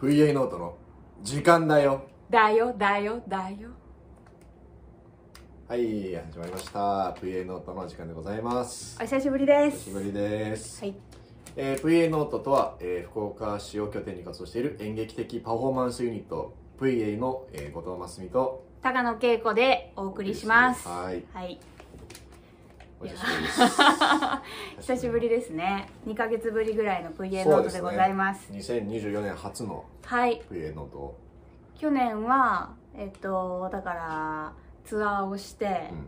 VA ノートの時間だよだよだよだよはい始まりました VA ノートの時間でございますお久しぶりで久しすぶりです、はいえー VA ノートとは、えー福岡市を拠点に活動している演劇的パフォーマンスユニット VA の、えー後藤真澄と高野恵子でお送りしますはいはい、お久しぶりです久しぶりですね2ヶ月ぶりぐらいの VA ノートでございますそうですね2024年初のはい VA ノートを、去年はえっとだからツアーをしてうん、うん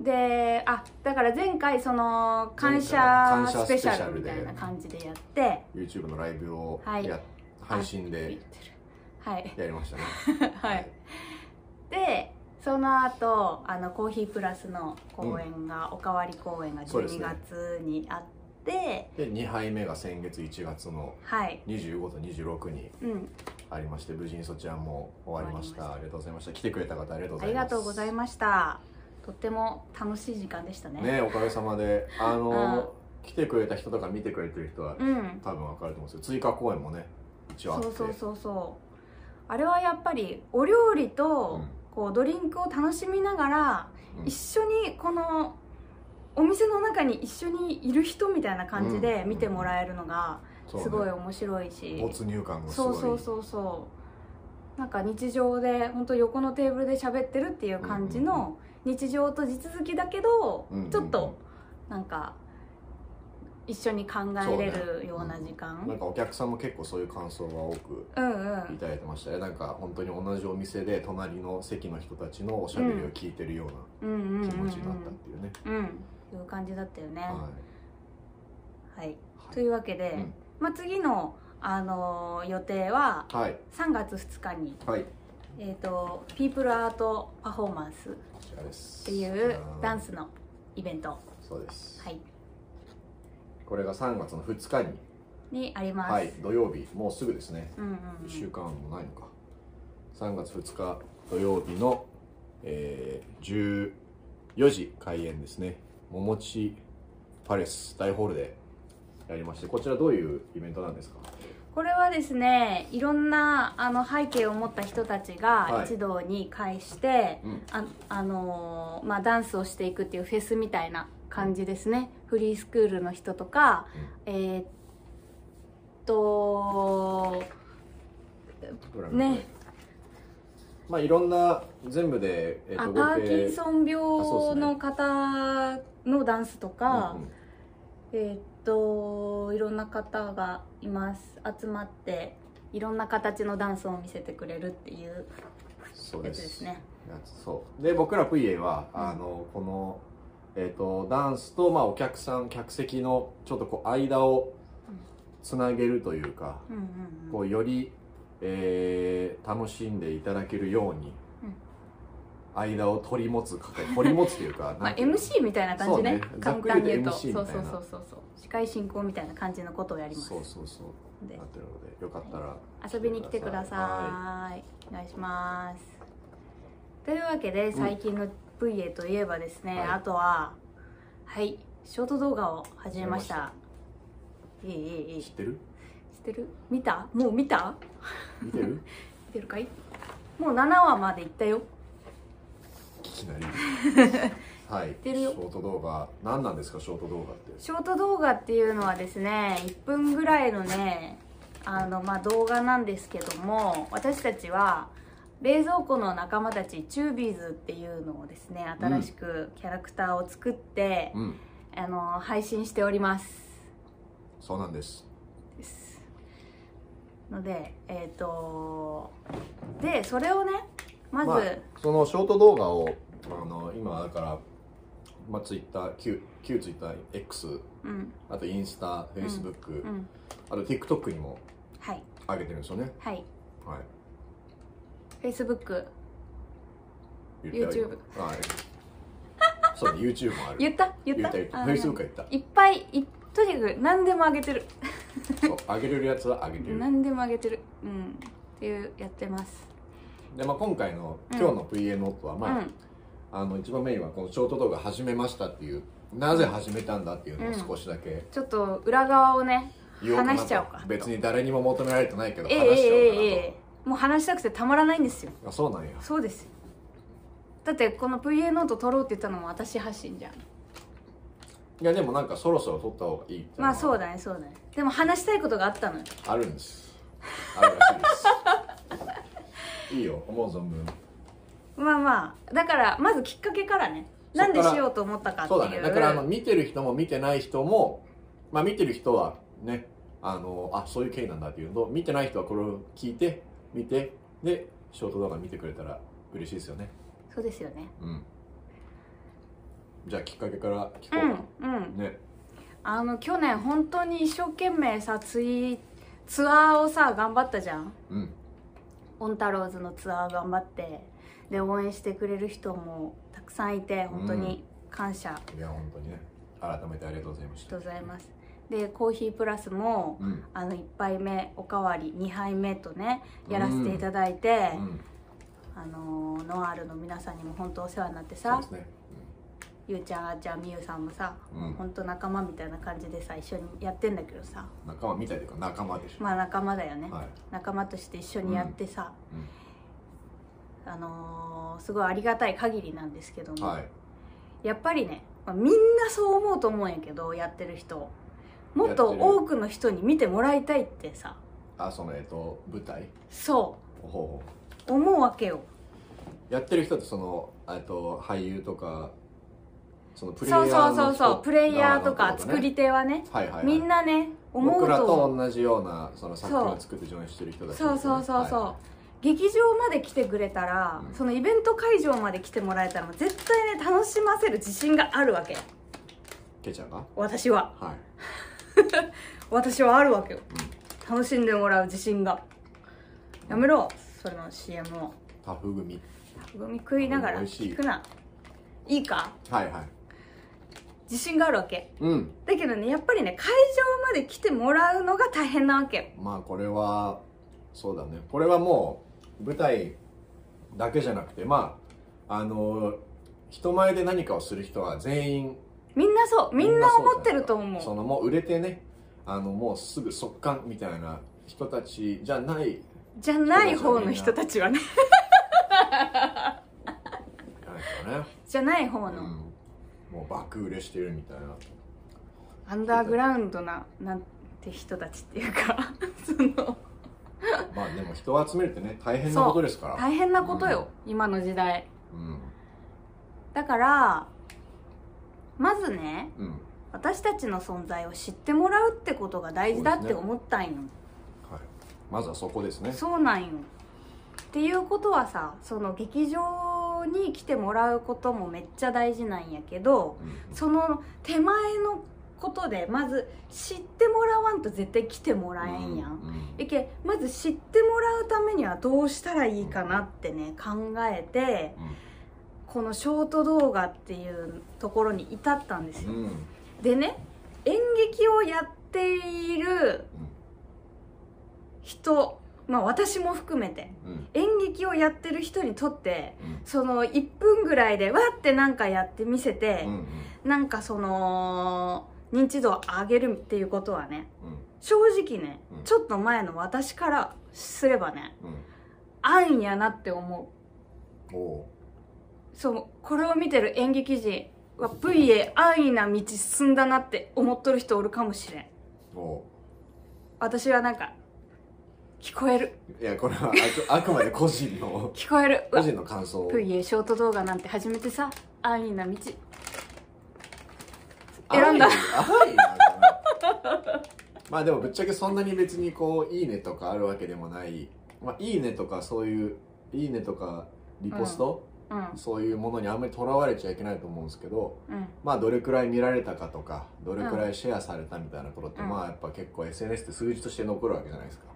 であだから前回その感前回謝の感謝ススペペシシャャルルみでたいな感じでやって、 YouTube のライブをや、はい配信ではいやりましたね はい、でその後あのコーヒープラスの公演が、おかわり公演がそうです12ね月にあって、で2杯目が先月1月のはい25と26にうんありまして無事にそちらも終わりました終わりましたありがとうございました来てくれた方ありがとうごあざいりますがとうございましたとっても楽しい時間でしたねねおかげさまであ の、来てくれた人とか見てくれてる人はうん多分分かると思うんですけど追加公演もね一応あっそてうそうそうそうあれはやっぱりお料理と、こうドリンクを楽しみながら、うん一緒にこのお店の中に一緒にいる人みたいな感じで見てもらえるのがうんすごいそう面白いし、ね没入感がすそごいうそうそうそうなんか日常で本当横のテーブルで喋ってるっていう感じうんうんの日常と地続きだけど、うんうんうんちょっとなんか一緒に考えれそうるような時間う,、なんかお客さんも結構そういう感想が多くんいただいてましたねなんか本当に同じお店で隣の席の人たちのおしゃべりを聞いてるよううんうんうんうんな気持ちになったっていうね、うんいう感じだったよね、ははいいというわけで、うんまあ、次の、あのー予定ははい3月2日に、はいえー、とピープルアートパフォーマンスっこちらですていうはいダンスのイベント、はそうです、い、これが3月の2日に、にあります、はい、土曜日もうすぐですねうんうんうん1週間もないのか3月2日土曜日の、えー14時開演ですね桃地パレス大ホールでやりましてこちらどういうイベントなんですかこれはですねいろんなあの背景を持った人たちはがい一堂に会して、うんああのーまあ、ダンスをしていくっていうフェスみたいな感じですね、フリースクールの人とか、えーっとねまあいろんな全部で、えーあとパーキンンソン病あそうですねの方のダンスとか、えーっといろんな方がいます集まっていろんな形のダンスを見せてくれるっていうそうやですつですねやつそうで僕ら VA は、うんあのこの、えー、とダンスと、まあ、お客さん客席のちょっとこう間をうんつなげるというか、うんうんうんこうより、えー楽しんでいただけるように、うん間を取り持つか取り持つというか なまあ、んていうの MC みたいな感じねそうね簡単に言うとざっくり言そううとそ MC うそうそうそう司会進行みたいな感じのことをやりますそうそうそうでなってるのでよかったら、遊びに来てくださいお願いしますというわけで最近の VA といえばですね、はいあとははいショート動画を始めました始いいいいいい知ってる知ってる見たもう見た見て る見てるかいもう7話までいったよ聞き なりはいてるよショート動画何なんですかショート動画ってショート動画っていうのはですね1分ぐらいのねあの、まあ、動画なんですけども私たちは冷蔵庫の仲間たちチュービーズっていうのをですね新しくキャラクターを作って、うんあの配信しておりますそうなんですですのでえっ、とでそれをねまず、あ、そのショート動画をあの今だから、まあ、ツイッター旧旧ツイッター X うんあとインスタフェイスブックうんあと TikTok にもはい上げてるんですよねはいはい Facebook 言った YouTube はいそうね YouTube もある言った言った言ったあ Facebook が言ったいっぱいいとにかく何でもあげてるそう上げれるやつは上げてる何でもあげてるうんっていうやってますで、まあ、今回のうん今日の VA ノートは、まあうんあの一番メインはこのショート動画始めましたっていうなぜ始めたんだっていうのを少しだけ、ちょっと裏側をね言おうかなと話しちゃおうか別に誰にも求められてないけどええ話しちゃおうかなと、ええええもう話したくてたまらないんですよあそうなんやそうですよだってこの VA ノート取ろうって言ったのも私発信じゃんいやでもなんかそろそろ撮った方がいいっていのはまあそうだねそうだねでも話したいことがあったのよあるんですあるらしいですいいよ思う存分まあまあだからまずきっかけからねそっなからんでしようと思ったかっていそううだねだからあの見てる人も見てない人もまあ見てる人はねあのあそういう経緯なんだっていうのと見てない人はこれを聞いて見てでショート動画見てくれたら嬉しいですよねそうですよねうんじゃあきっかけから聞こううか、んうんねあの去年本当に一生懸命さツイツアーをさ頑張ったじゃんうんオンタローズのツアー頑張ってで応援してくれる人もたくさんいて本当に感謝、あいや本当にね改めてありがとうございましりがとたうございますでコーヒープラスも、うんあの1杯目おかわり2杯目とねやらせていただいて、うんあのーノアールの皆さんにも本当お世話になってそうさですねゆうちゃんあーちゃんみゆさんもさ、うん本当仲間みたいな感じでさ一緒にやってんだけどさうん仲間みたいというか仲間でしょ、まあ仲間だよね、はい仲間として一緒にやってさ、うんあのーすごいありがたい限りなんですけども、はいやっぱりね、まあみんなそう思うと思うんやけどやってる人もっとやってる多くの人に見てもらいたいってさあそのえっと舞台そほうほうう思うわけよやってる人ってそのえっと俳優とかそのプレイヤそうーそうのそうそうプレイヤーとか作り手、手はねはいはいはい、みんなね思う僕らとと同じようなその作品そをう作って上演してる人たちですそようねそうそうそう、は劇場まで来てくれたら、うんそのイベント会場まで来てもらえたらもう絶対ね楽しませる自信があるわけいけいちゃんが私ははい私はあるわけよ、楽しんでもらう自信がやめろその CM をタフ組ゴミ食いながら美味しい聞くないいかはいはい自信があるわけうんだけどねやっぱりね会場まで来てもらうのが大変なわけよまあこれはそうだねこれはもう舞台だけじゃなくてまああの人前で何かをする人は全員みんなそうみんなそうじゃい思ってると思うそのもう売れてねあのもうすぐ速乾みたいな人たちじゃないじゃない方の人たちはねじゃないですかね、 じゃない方うんの、もう爆売れしてるみたいなアンダーグラウンドななんて人たちっていうか そのまあでも人を集めるってね大変なことですから大変なことよ、今の時代うんだからまずねうん私たちの存在を知ってもらうってことが大事だって思ったんよはいまずはそこですねそうなんよっていうことはさその劇場に来てもらうこともめっちゃ大事なんやけどうんその手前のことでまず知ってもらわんと絶対来てもらえんやん、うんえけまず知ってもらうためにはどうしたらいいかなってね考えてこのショート動画っていうところに至ったんですうよ、んうんでね演劇をやっている人まあ私も含めてうん演劇をやってる人にとってうんその1分ぐらいでわってなんかやってみせてうんう、んなんかその認知度を上げるっていうことはね正直ね、うんちょっと前の私からすればねうんあんやなって思うんおううそうこれを見てる演劇人は V へ安易な道進んだなって思っとる人おるかもしれんお私はなんか聞こえるういやこれはあくあくまで個人の聞こえるう個わ人の感想 V へショート動画なんて初めてさ安易な道あ選んだいいあいいなこれまあでもぶっちゃけそんなに別にこう「いいね」とかあるわけでもない「まあ、いいね」とかそういう「いいね」とかリポスト、うんそういうものにあんまりとらわれちゃいけないと思うんですけどうんまあどれくらい見られたかとかどれくらいシェアされたみたいなことって、うんまあやっぱ結構 SNS って数字として残るわけじゃないですか。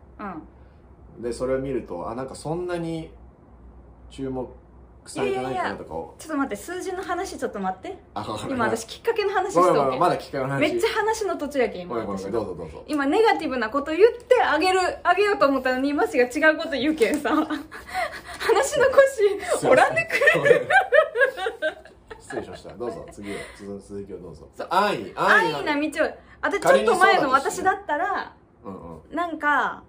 うんでそれを見るとあなんかそんなに注目されてないかなとかをちょっと待って数字の話ちょっと待ってあわかんない今私きっかけの話しごめんごとわめけんまだ機会の話めっちゃ話の途中やけんご今めんごめ私んどうぞどうぞ今ネガティブなこと言ってあげるあげようと思ったのにマシが違うこと言うけんさ話の腰おらんでくくれる失礼しましたどうぞ次を続続きをどうぞ安易安易な道をあとちょっと前の私だったらうんうんなんか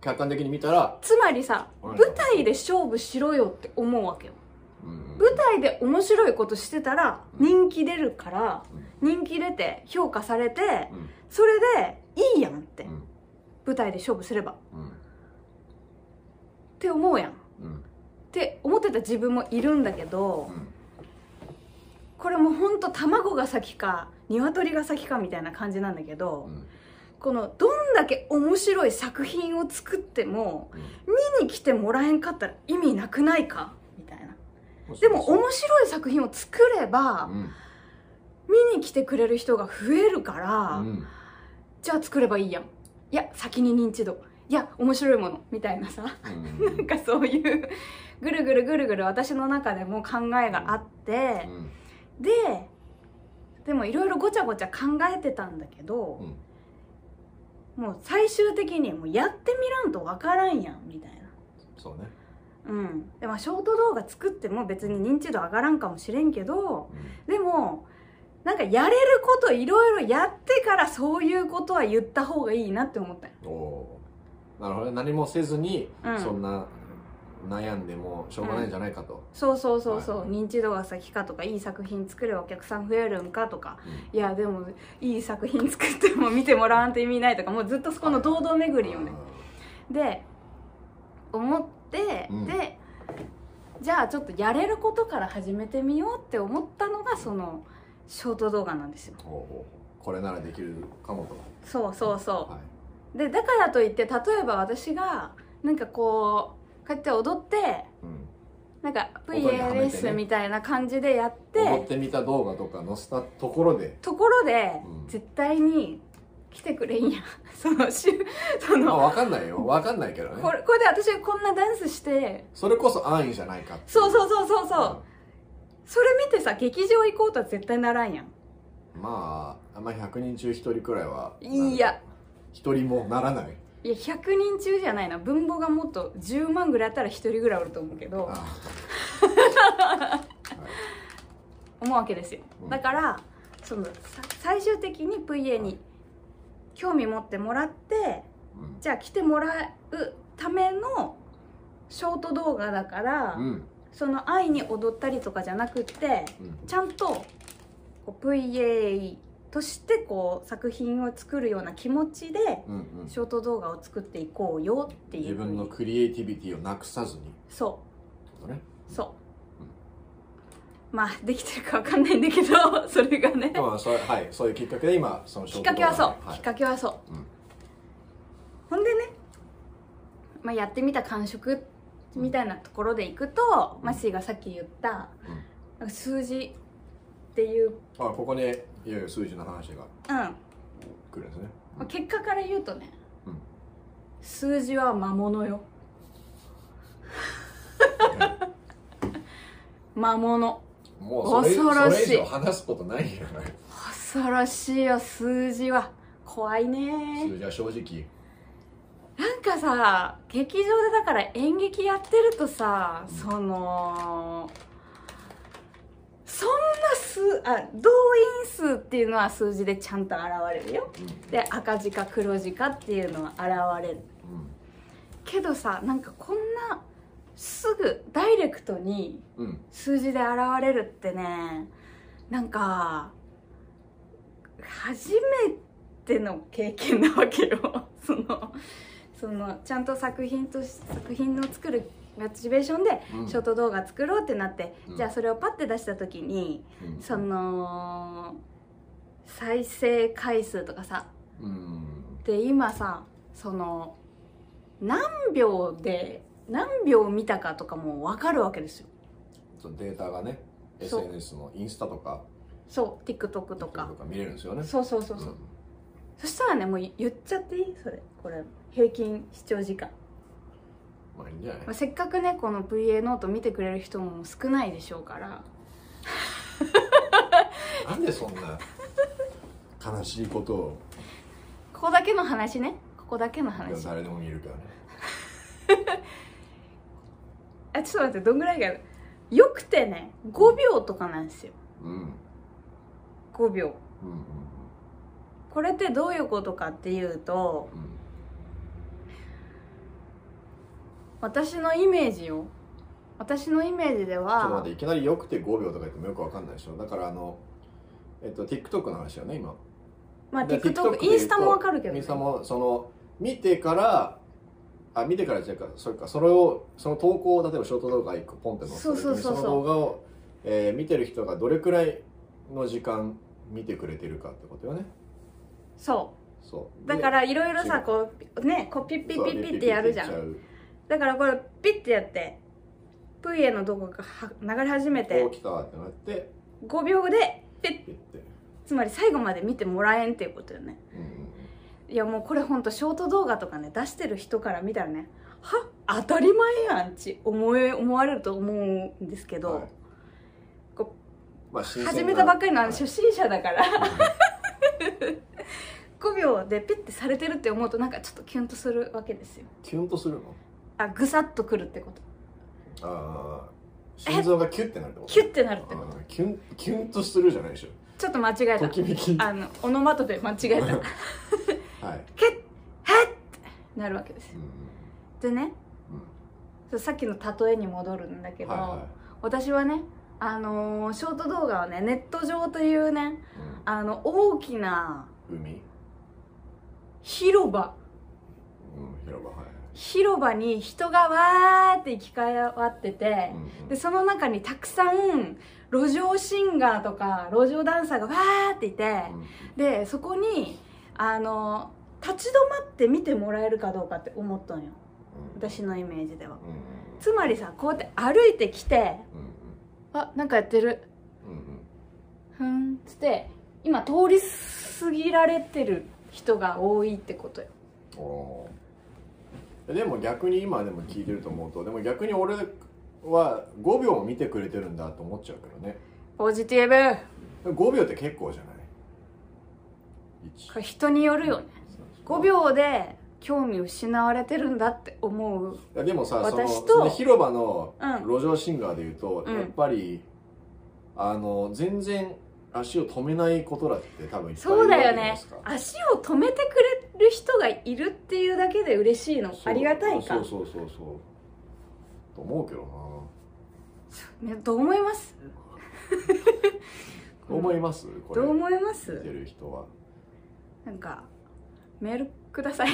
客観的に見たら、つまりさうん舞台で勝負しろよって思うわけようん舞台で面白いことしてたら人気出るから人気出て評価されてうんそれでいいやんってうん舞台で勝負すればっうんて思うやんっうんて思ってた自分もいるんだけどうんこれもうほんと卵が先か鶏が先かみたいな感じなんだけどうんこのどんだけ面白い作品を作っても見に来てもらえんかったら意味なくないかみたいなうんでも面白い作品を作ればうん見に来てくれる人が増えるから、うんじゃあ作ればいいやんいや先に認知度いや面白いものみたいなさうんなんかそういうぐるぐるぐるぐる私の中でも考えがあってうんででもいろいろごちゃごちゃ考えてたんだけどうんもう最終的にもうやってみらんとわからんやんみたいな。そうねうん、でまあショート動画作っても別に認知度上がらんかもしれんけどでもなんかやれることいろいろやってからそういうことは言った方がいいなって思ったようんおーなるほどね何もせずにうんそんな悩んでもしょうがないんじゃないかとそうそうそうそう、はい認知度が先かとかいい作品作ればお客さん増えるんかとかいやでもいい作品作っても見てもらわんと意味ないとかもうずっとそこの堂々巡りよねで思って、うんでじゃあちょっとやれることから始めてみようって思ったのがそのショート動画なんですよおおーこれならできるかもとそうそうそはいうでだからといって例えば私がなんかこうこうやって踊ってうんなんか「プ音イにはエめレてねス」みたいな感じでやって踊ってみた動画とか載せたところ でところで、うん絶対に来てくれんや そのしそまあのわかんないよわかんないけどねこれこれで私がこんなダンスしてそれこそ安易じゃないかっていそううそうそうそうそう、それ見てさ劇場行こうとは絶対ならんやんうんまああんま100人中1人くらいはいや1人もならないいや100人中じゃないな分母がもっと10万ぐらいあったら1人ぐらいおると思うけあどーはい思うわけですようんだからそのさ最終的に VA に興味持ってもらってうんじゃあ来てもらうためのショート動画だから、うんその愛に踊ったりとかじゃなくってうんちゃんとこう VA としてこう作品を作るような気持ちでうんうんショート動画を作っていこうよっていう自分のクリエイティビティをなくさずにそねうそう、まあできてるかわかんないんだけど それがねまあそうはいそういうきっかけで今そのききっかけはそう、きっはかけはそううんほんでね、まあ、やってみた感触みたいなところでいくと、マッシーがさっき言った、うんなんか数字っていう、うんい、あここにいよいよ数字の話がま来るんですねあ結果から言うとね、うん数字は魔物よ魔物もうそれ恐ろしいそれ以上話すことないよね恐ろしいよ数字は怖いね数字は正直なんかさ劇場でだから演劇やってるとさそのそんな数あ動員数っていうのは数字でちゃんと現れるよで赤字か黒字かっていうのは現れるけどさなんかこんなすぐダイレクトにうんうん数字で現れるってねなんか初めての経験なわけよ そのそのちゃんと作品とし作品の作るモチベーションでうんショート動画作ろうってなって、うんじゃあそれをパッて出した時にうんその再生回数とかさうんで今さその何秒で何秒見たかとかも分かるわけですよそのデータがねそう SNS のインスタとかそう TikTok とかとか見れるんですよねそうそうそうそう、そしたらねもう言っちゃっていいそれこれ平均視聴時間、うんまあいいんじゃないまあ、せっかくねこの VA ノート見てくれる人も少ないでしょうからなんでそんな悲しいことをここだけの話ねここだけのいや話あ誰でも見えるからねちょっと待ってどんぐらいがよくてね5秒とかなんですようん5秒うんうんこれってどういうことかっていうと私のイメージよ私のイメージでちょっと待っはていきなりよくて5秒とか言ってもよくわかんないでしょだからあのえっと TikTok の話よね今まあで TikTok で言うとインスタもわかるけどインねスタもその見てからあ見てからじゃあそれかそれをその投稿を例えばショート動画1個ポンって載せた時にそうそうそうそうの動画を、えー見てる人がどれくらいの時間見てくれてるかってことよねそそううだからいろいろそさうこうねこうピッでピッピッピッってやるじゃそううだからこれピッてやってプイエのどこかは流れ始めピッピッピッピッちゃうてこう来たってなって5秒でピッピッてつまり最後まで見てもらえんっていうことよねうんうんいやもうこれほんとショート動画とかね出してる人から見たらねは当たり前やんち思え思われると思うんですけど、はいこまあ新鮮な始めたばっかりのあのはい初心者だから、5秒でピッてされてるって思うとなんかちょっとキュンとするわけですよキュンとするのあぐさっとくるってことああ心臓がキュッてなるってことキュッてなるってことあーキュンキュンとするじゃないでしょちょっと間違えとたきめきあのオノマトペ間違えたはっはい、てなるわけですうよんでねうんそうさっきの例えに戻るんだけど、私はねあのーショート動画はねネット上というねいはいあの大きなうん、海、うん、広場広場はい、広場に人がわーって行き交わっててうんう、んでその中にたくさん路上シンガーとか路上ダンサーがわーっていて、でそこにあの立ち止まって見てもらえるかどうかって思ったんよ私のイメージではうんうんつまりさこうやって歩いてきてあなんかやってるうんうんふんっつって今通り過ぎられてる人が多いってことようんおーでも逆に今でも聞いてると思うとでも逆に俺は5秒も見てくれてるんだと思っちゃうけどねポジティブ5秒って結構じゃない一これ人によるよね5秒で興味失われてるんだって思ういやでもさその私とその広場のうん路上シンガーでいうと、うんやっぱりあの全然足を止めないことだって多分いっぱいいるそうだわよけじゃないでねすか足を止めてくれる人がいるっていうだけで嬉しいのそうありがたいかそうそうそうそうと思うけどなねどう思いますどう思いますこれどう思いま見すてる人はなんかメールください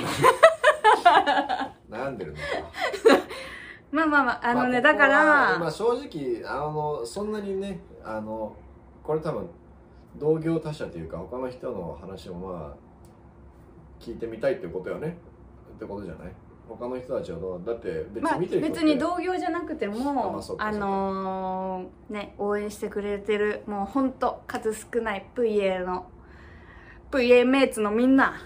悩んでるのかまあまあまああのまね、だかここはまあら正直あのそんなにねあのこれ多分同業他社というか他の人の話もまあ聞いてみたいってことよねってことじゃない他の人たちはどうだって別まにあ見てる人って別に同業じゃなくてあまあもそうかあのーね応援してくれてるもうほんと数少ない VA の VA メイツのみんな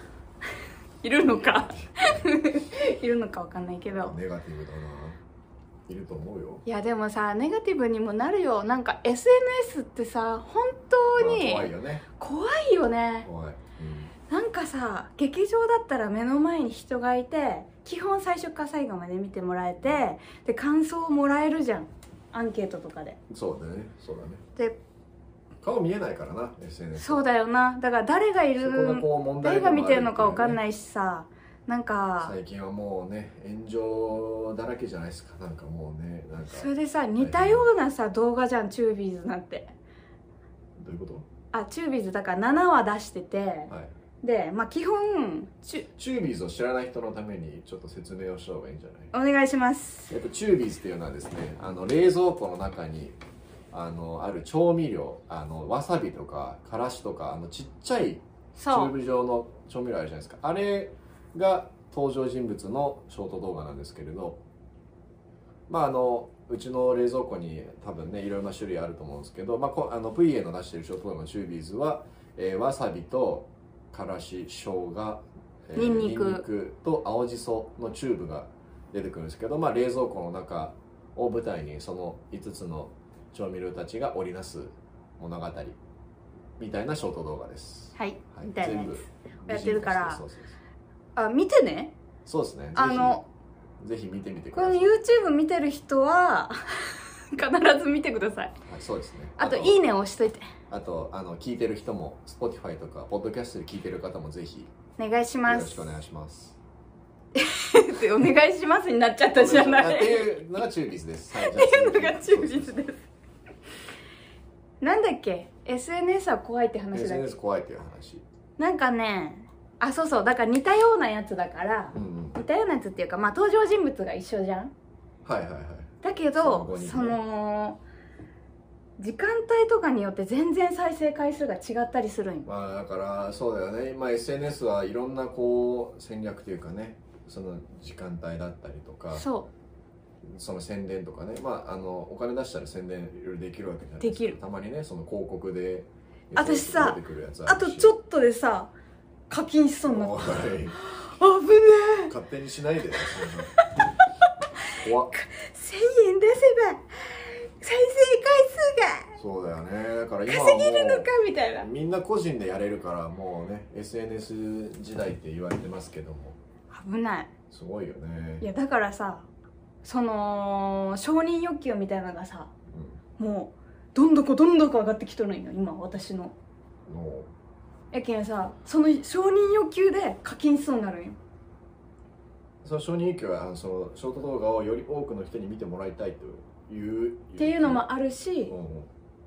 いるのか いるのかわかんないけどネガティブだないると思うよいやでもさネガティブにもなるよなんか SNS ってさ本当にまあ怖いよね怖いよね怖い、なんかさ劇場だったら目の前に人がいて基本最初から最後まで見てもらえてで感想をもらえるじゃんアンケートとかでうん、そうだねそうだねで顔見えないからな SNS そうだよなだから誰がいそこがるこう問題誰が見てるのか分かんないいしさなんか最近はもうね炎上だらけじゃないですかなんかもうねなんかそれでさ似たようなさ動画じゃんチュービーズなんてどういうこあチュービーズだから7話出しててと、はい、でまあ基本チュチュービーズを知らない人のためにちょっと説明をした方がいいんじゃないお願いしますえっと、チュービーズっていうのはですねあの冷蔵庫の中にあのある調味料あのわさびとかからしとかあのちっちゃいチュそーうブ状の調味料あるじゃないですかあれが登場人物のショート動画なんですけれどまああのうちの冷蔵庫に多分ねいろんな種類あると思うんですけど、まあ、こあの VA の出してるショート動画のチュービーズは、えーわさびとからし生姜、えーニンニクニンニクと青じそのチューブが出てくるんですけど、まあ、冷蔵庫の中を舞台にその5つの調味料たちが織りなす物語みたいなショート動画です。はいはいみたいな全や部やってるからそうそうそうつあ見てねそうですねあのぜひぜひ見てみてくこだのさい、 YouTube 見 てる人は必ず見てくださいはい、そうですねあと「いいいね」押しといてあとあの聞いてる人も Spotify とかポッドキャストで聞いてる方もぜひよお願いしまろすしくお願いします。ってお願いしますになっちゃったじ ゃなあっいてっいうのが中立です。はい、っていうのが中立ですなんだっけ SNS は怖いって話だっけ SNS 怖いっていう話。なんかねあそうそうだから似たようなやつだからうんうん。似たようなやつっていうかまあ登場人物が一緒じゃんはいはいはい。だけそのど後にねその時間帯とかによって全然再生回数が違ったりするんよまあだからそうだよね。まあ SNS はいろんなこう戦略というかね、その時間帯だったりとか、そうその宣伝とかね、まああのお金出したら宣伝いろいろできるわけじゃないできるたまにね、その広告で。私さ出てくるやつあるとしちょっとでさ課金しそうになっおいた危ねえ勝手にしないでよそんな怖っ1000円出せば再生回そうだよねだから数今がはも稼げるのかみたいなうみんな個人でやれるからもうね SNS 時代って言われてますけども危ないすごいよねいやだからさその承認欲求みたいなのがさもうどんどこどんどこ上がってきとるんよ今私のうん、もやけんさその承認欲求で課金しそうになるんようその承認欲求はあのそのショート動画をより多くの人に見てもらいたいというっていうのもああるし、うんうん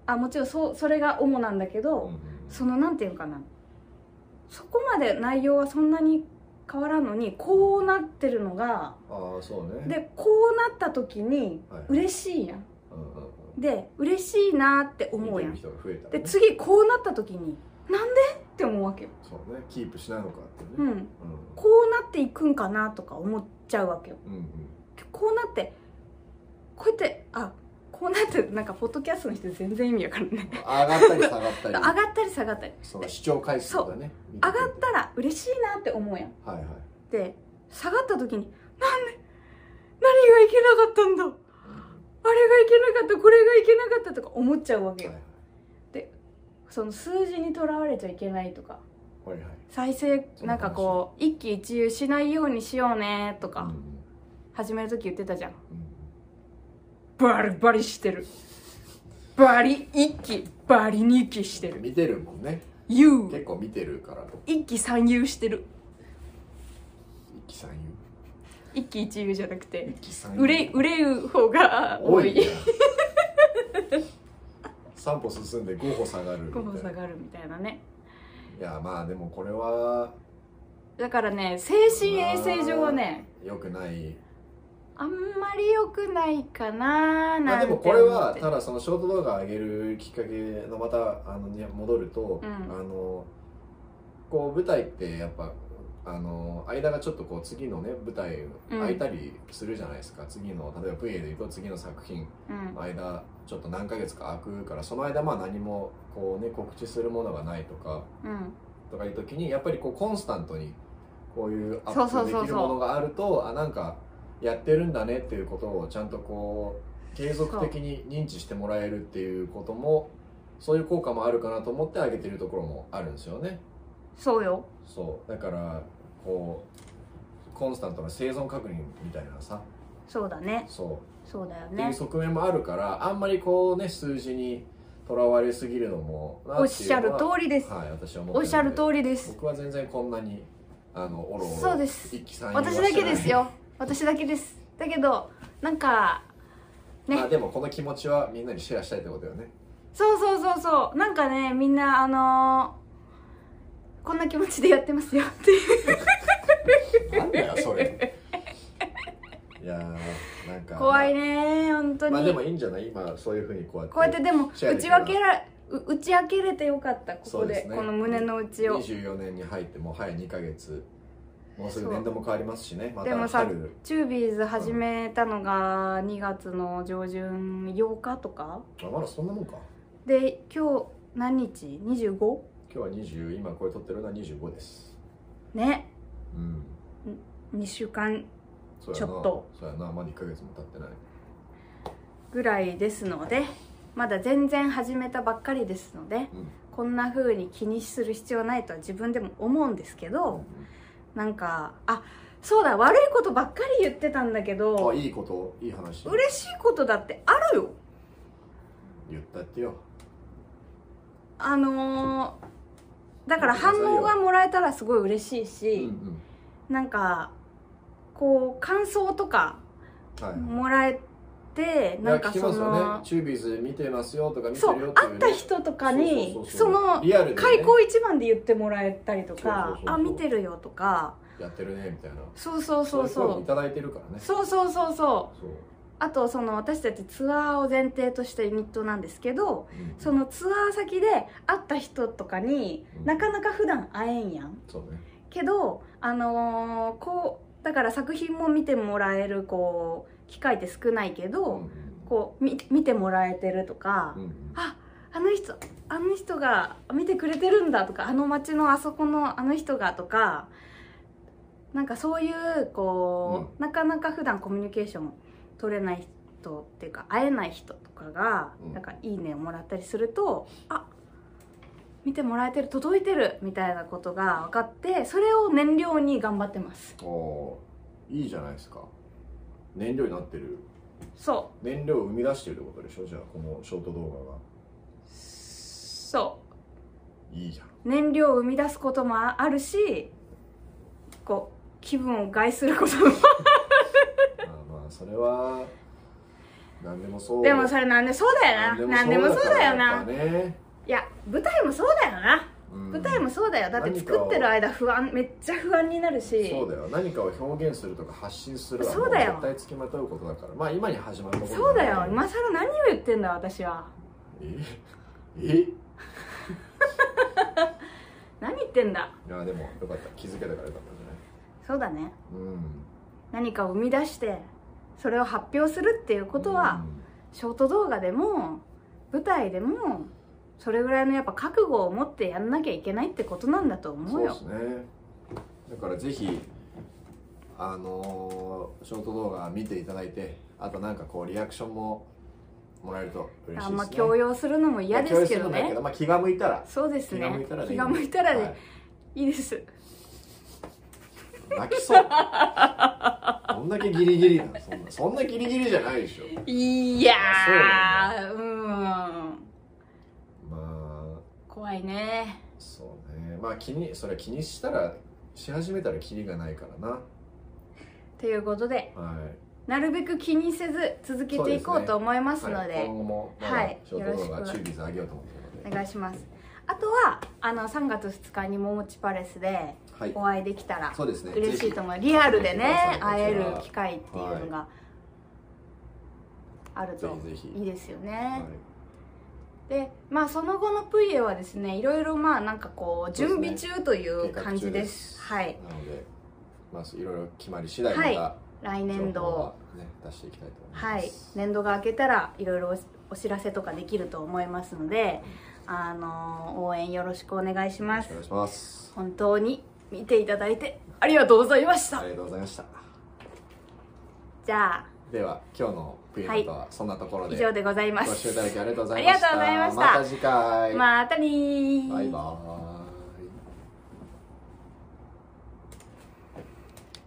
あもちろんそうそれが主なんだけうんうど、んそのなんていうのかなそこまで内容はそんなに変わらんのにこうなってるのがああそうねでこうなった時にはい嬉しいやんうんうんうんで嬉しいなって思うや見んてる人が増えたらねで次こうなった時になんでって思うわけよ、そうねキープしないのかってうねん、うんこうなっていくんかなとか思っちゃうわけようんうんこうなってこうやってあこうなってなんかポッドキャストの人全然意味わかんない上がったり下がっ上 たりがったり下がったりその視聴回数がね上上がったら嬉しいなって思うやんはいはいで下がった時になんで何がいけなかったんだあれがいけなかったこれがいけなかったとか思っちゃうわけよはいその数字にとらわれちゃいけないとかはいはいはい再生なんかこう一喜一憂しないようにしようねとうんか始める時言ってたじゃんうんバリバリしてるバリ一期バリ二期してうんる見てるもんね優結構見てるから一期三遊してる一気三一喜一憂じゃなくて遊一気三遊売れ売れる方が多多いい ね 三歩進んで五歩下がるみたい5な分下がるみたいなねいやまあでもこれはだからね精神衛生上はね良くないあんまり良くないかまなーあなでんて思もってこれはただそのショート動画上げるきっかけのまたあのに戻ると、うんあのこう舞台ってやっぱあの間がちょっとこう次のね舞台うん空いたりするじゃないですか、次の例えば VA でいうと次の作品うん間ちょっと何ヶ月か空くからその間まあ何もこうね告知するものがないとかうんとかいう時にやっぱりこうコンスタントにこういうアそうそッうそうプでそうきるものがあるとあなんかやってるんだねっていうことをちゃんとこう継続的に認知してもらえるっていうこともそういう効果もあるかなと思ってあげてるところもあるんですよね。そうよそうだからこうコンスタントな生存確認みたいなさそうだねそうそうだよっていうね側面もあるからあんまりこうね数字にとらわれすぎるのもなおっていしゃるうのは通りですはい私は思ってるのでおっしゃる通りです僕は全然こんなにあのおろおろそうです一気三遊はし私てだないけですよ私だけですだけどなんかねまあでもこの気持ちはみんなにシェアしたいってことよ ねそうそうそうそうなんかねみんなあのーこんな気持ちでやってますよっていうなんだよそれいやーなんか怖いね本当に、まあでもいいんじゃない今そういうふうにこうやってこうやってでもシェア打できちるな分けらう打ち明けれてよかったこそこうでですねこの胸の内を24年に入ってもう早2ヶ月もうすぐそう年度も変わりますしねまでもたさ春チュービーズ始めたのが2月の上旬8日とかあまだそんなもんかで今日何日 25? 今日は20今これ撮ってるのは25ですねうん2週間そうやちょなっとそうやなまだ1ヶ月も経ってないぐらいですのでまだ全然始めたばっかりですのでうんこんな風に気にする必要ないとは自分でも思うんですけどなんかあそうだ悪いことばっかり言ってたんだけあどいいこといい話嬉しいことだってあるよ言ったってよあのーだから反応がもらえたらすごい嬉しいし、うんなんかこう感想とかうんはいもらえて、いやなんか聞きそますよねの、チュービーズ見てますよとか見てそるようっていう会ねった人とかにそうそうそうそそうのリアルでね開口一番で言ってもらえたりとそうかそうそうそうあ見てるよとかやってるねみたいなそうそうそそうういう声もそいただいてるからうねそうそうそうそうそうあとその私たちツアーを前提としたユニットなんですけどうんそのツアー先で会った人とかにうんなかなか普段会えんやんそうねけどあのーこうだから作品も見てもらえるこう機会って少ないけど、うんこう見見てもらえてるとか、うんああの人あの人が見てくれてるんだとかあの町のあそこのあの人がとかなんかそういうこう、なかなか普段コミュニケーション取れない人っていうか会えない人とかが、うんなんかいいねをもらったりするとあ見てもらえてる届いてるみたいなことが分かってそれを燃料に頑張ってますうんおーいいじゃないですか燃料になってるそ燃料を生み出してるってことでしょじゃあこのショート動画がうそういいじゃん燃料を生み出すこともあるしこう気分を害することもまあまあそれは何でもそうでもそれなんでそうだよななんでもそうだよな、やっぱねいや舞台もそうだよな、うん舞台もそうだよだって作ってる間不安めっちゃ不安になるしそうだよ何かを表現するとか発信するはそうだよもう絶対つきまとうことだからまあ今に始まるところそうだよま今更何を言ってんだ私はええい何言ってんだやでもよかった気づけたからよかったんじそうだゃねないうん何かを生み出してそれを発表するっていうことは、ショート動画でも舞台でもそれぐらいのやっぱ覚悟を持ってやんなきゃいけないってことなんだとうん思そううよですねだからぜひあのーショート動画見ていただいてあとなんかこうリアクションももらえると嬉しいですねあんま強要するのも嫌ですけまあ強要するのどもやねまあ、気が向いたらそうです気が向ねいたらね気が向いたらはでいいいです泣きそうどんだけギリギリなのそんなそんなギリギリじゃないでしょいやあーうんまあ怖いねそうねまあ気にそれは気にしたらし始めたらキリがないからなということではいなるべく気にせず続けていこうと思いますのではい今後もまだはいショート動画よろしくチュービーズ上げようと思ってるのおで願いしますあとはあの3月2日にももちパレスではいお会いできたらそうですね嬉しいとぜ思うリアルぜでひねぜひ会える機会っていうのがあるとぜひぜひいいですよね、ひはいでまあその後のプイエはですねいろいろまあなんかこうそう準ですね備中という計画感じ中ですはいなのでまあいろいろ決まり次第はいま来た年情報は度ね出していきたいと思いますはい年度が明けたらいろいろお知らせとかできると思いますので、あのー応援よろしくお願いしよまろしすくお願いします本当に見ていただいてありがとうございました、ありがとうございましたじゃあでは今日のプリントはそんなところで、以上でございまご視聴いただすきありがとうございましたありがとうございましたまた次回、またねーバイバーイ